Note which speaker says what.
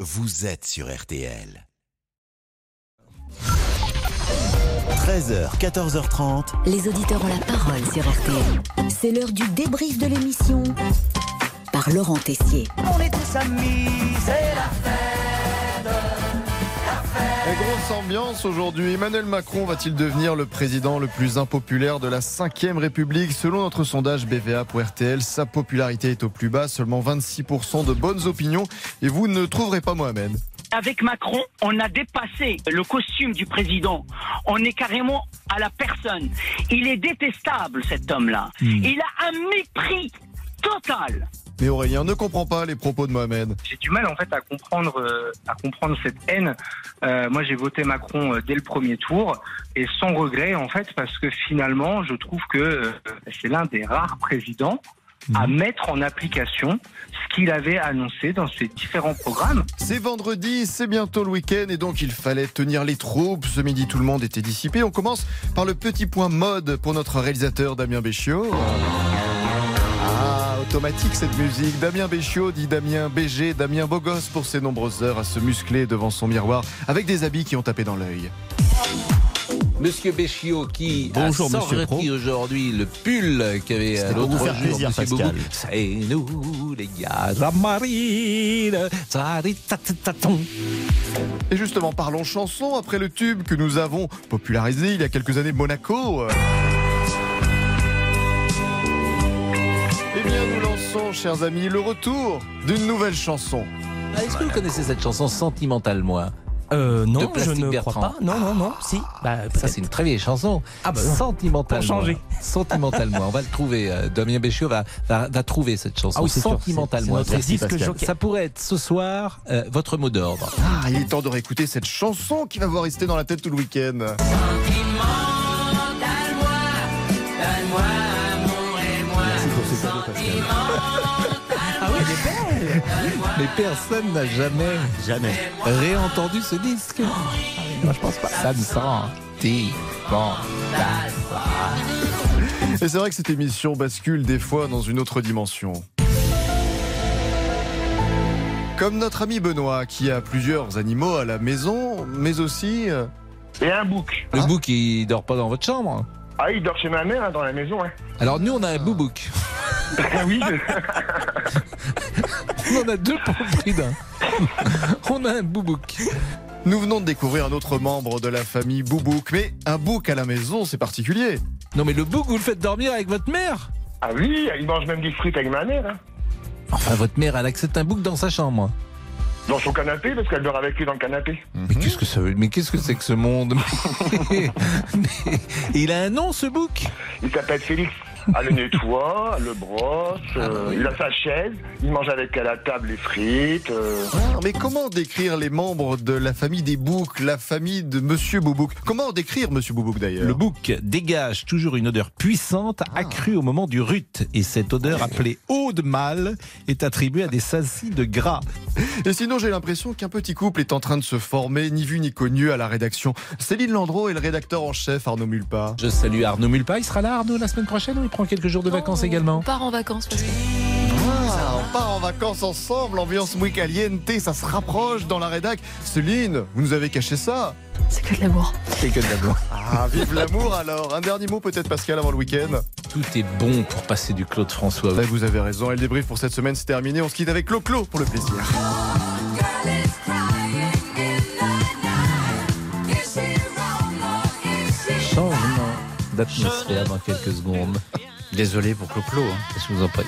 Speaker 1: vous êtes sur RTL. 13h, 14h30.
Speaker 2: Les auditeurs ont la parole sur RTL. C'est l'heure du débrief de l'émission par Laurent Tessier.
Speaker 3: On est tous amis, c'est la fête.
Speaker 4: Une grosse ambiance aujourd'hui. Emmanuel Macron va-t-il devenir le président le plus impopulaire de la 5ème République Selon notre sondage BVA pour RTL, sa popularité est au plus bas, seulement 26% de bonnes opinions. Et vous ne trouverez pas Mohamed.
Speaker 5: Avec Macron, on a dépassé le costume du président. On est carrément à la personne. Il est détestable, cet homme-là. Il a un mépris total.
Speaker 4: Mais Aurélien ne comprend pas les propos de Mohamed.
Speaker 6: J'ai du mal en fait à comprendre, euh, à comprendre cette haine. Euh, moi, j'ai voté Macron euh, dès le premier tour et sans regret en fait parce que finalement, je trouve que euh, c'est l'un des rares présidents à mettre en application ce qu'il avait annoncé dans ses différents programmes.
Speaker 4: C'est vendredi, c'est bientôt le week-end et donc il fallait tenir les troupes. Ce midi, tout le monde était dissipé. On commence par le petit point mode pour notre réalisateur Damien Béchiot. Ah, automatique cette musique. Damien Béchiot dit Damien BG, Damien Bogos pour ses nombreuses heures à se muscler devant son miroir avec des habits qui ont tapé dans l'œil.
Speaker 7: Monsieur Béchiot qui
Speaker 8: Bonjour,
Speaker 7: a
Speaker 8: monsieur
Speaker 7: sorti
Speaker 8: Pro.
Speaker 7: aujourd'hui le pull qu'avait
Speaker 8: C'était
Speaker 7: euh,
Speaker 8: pour
Speaker 7: l'autre
Speaker 8: vous faire
Speaker 7: jour
Speaker 8: plaisir,
Speaker 7: monsieur
Speaker 8: Pascal.
Speaker 7: Boubou. C'est nous les gars, la marine, tsaritataton.
Speaker 4: Et justement, parlons chanson après le tube que nous avons popularisé il y a quelques années Monaco. Euh. Eh bien, nous lançons, chers amis, le retour d'une nouvelle chanson.
Speaker 7: Ah, Est-ce que vous connaissez cette chanson Sentimental moi
Speaker 8: Euh,
Speaker 7: De
Speaker 8: non, je
Speaker 7: Plastic
Speaker 8: ne
Speaker 7: Bertrand. Ah,
Speaker 8: crois pas. Non, non, non, si. Bah,
Speaker 7: Ça c'est une très vieille chanson.
Speaker 8: Ah, bah, non.
Speaker 7: Sentimental
Speaker 8: Pour
Speaker 7: moi.
Speaker 8: changer.
Speaker 7: Sentimental moi, on va le trouver. euh, Damien Béchiot va, va, va trouver cette chanson.
Speaker 8: Ah oui, c'est sûr,
Speaker 7: Sentimental
Speaker 8: c'est-
Speaker 7: moi.
Speaker 8: c'est notre
Speaker 7: Ça-
Speaker 8: disque jockey.
Speaker 7: Ça pourrait être ce soir euh, votre mot d'ordre.
Speaker 4: Ah, il est temps de réécouter cette chanson qui va vous rester dans la tête tout le week-end.
Speaker 7: Mais personne n'a jamais
Speaker 8: jamais.
Speaker 7: réentendu ce disque. Moi, je pense pas. Ça me sent.
Speaker 4: Et c'est vrai que cette émission bascule des fois dans une autre dimension. Comme notre ami Benoît, qui a plusieurs animaux à la maison, mais aussi... euh,
Speaker 9: Et un bouc.
Speaker 7: Le bouc, il dort pas dans votre chambre.
Speaker 9: Ah, il dort chez ma mère hein, dans la maison. Hein.
Speaker 7: Alors, nous, on a un bouc.
Speaker 9: Ah oui, je-
Speaker 7: On en a deux pour le prix d'un. On a un bouc.
Speaker 4: Nous venons de découvrir un autre membre de la famille Boubouk, mais un bouc à la maison, c'est particulier.
Speaker 7: Non, mais le bouc, vous le faites dormir avec votre mère
Speaker 9: ah oui, il mange même des frites avec ma mère. hein.
Speaker 7: Enfin, votre mère, elle accepte un bouc dans sa chambre.
Speaker 9: Dans son canapé, parce qu'elle dort avec lui dans le canapé.
Speaker 7: Mais qu'est-ce que ça veut Mais qu'est-ce que c'est que ce monde Mais- mais- Il a un nom, ce bouc
Speaker 9: Il s'appelle Félix. Elle le nettoie, elle le brosse, euh,
Speaker 7: Ah oui.
Speaker 9: il a sa chaise, il mange avec elle à table les frites. euh.
Speaker 4: Ah, mais comment décrire les membres de la famille des boucs, la famille de Monsieur Boubouk Comment décrire Monsieur Boubouk d'ailleurs
Speaker 8: Le bouc dégage toujours une odeur puissante,
Speaker 7: Ah.
Speaker 8: accrue au moment du rut. Et cette odeur, appelée eau de mâle, est attribuée à des sassis de gras.
Speaker 4: Et sinon, j'ai l'impression qu'un petit couple est en train de se former, ni vu ni connu, à la rédaction. Céline Landreau et le rédacteur en chef Arnaud Mulpa.
Speaker 7: Je salue Arnaud Mulpa. Il sera là, Arnaud, la semaine prochaine ou il prend quelques jours de vacances également
Speaker 10: On part en vacances. Parce que...
Speaker 4: Ah, on part en vacances ensemble, ambiance week-aliente, ça se rapproche dans la rédac. Céline, vous nous avez caché ça
Speaker 10: C'est que de l'amour.
Speaker 7: C'est que de la boue.
Speaker 4: Ah, vive l'amour alors Un dernier mot peut-être Pascal avant le week-end
Speaker 7: Tout est bon pour passer du Claude François.
Speaker 4: Là, vous avez raison. Et le débrief pour cette semaine, c'est terminé. On se quitte avec Clo-Clo pour le plaisir.
Speaker 7: Changement d'atmosphère dans quelques secondes. Désolé pour Clo-Clo, hein, je vous en prie.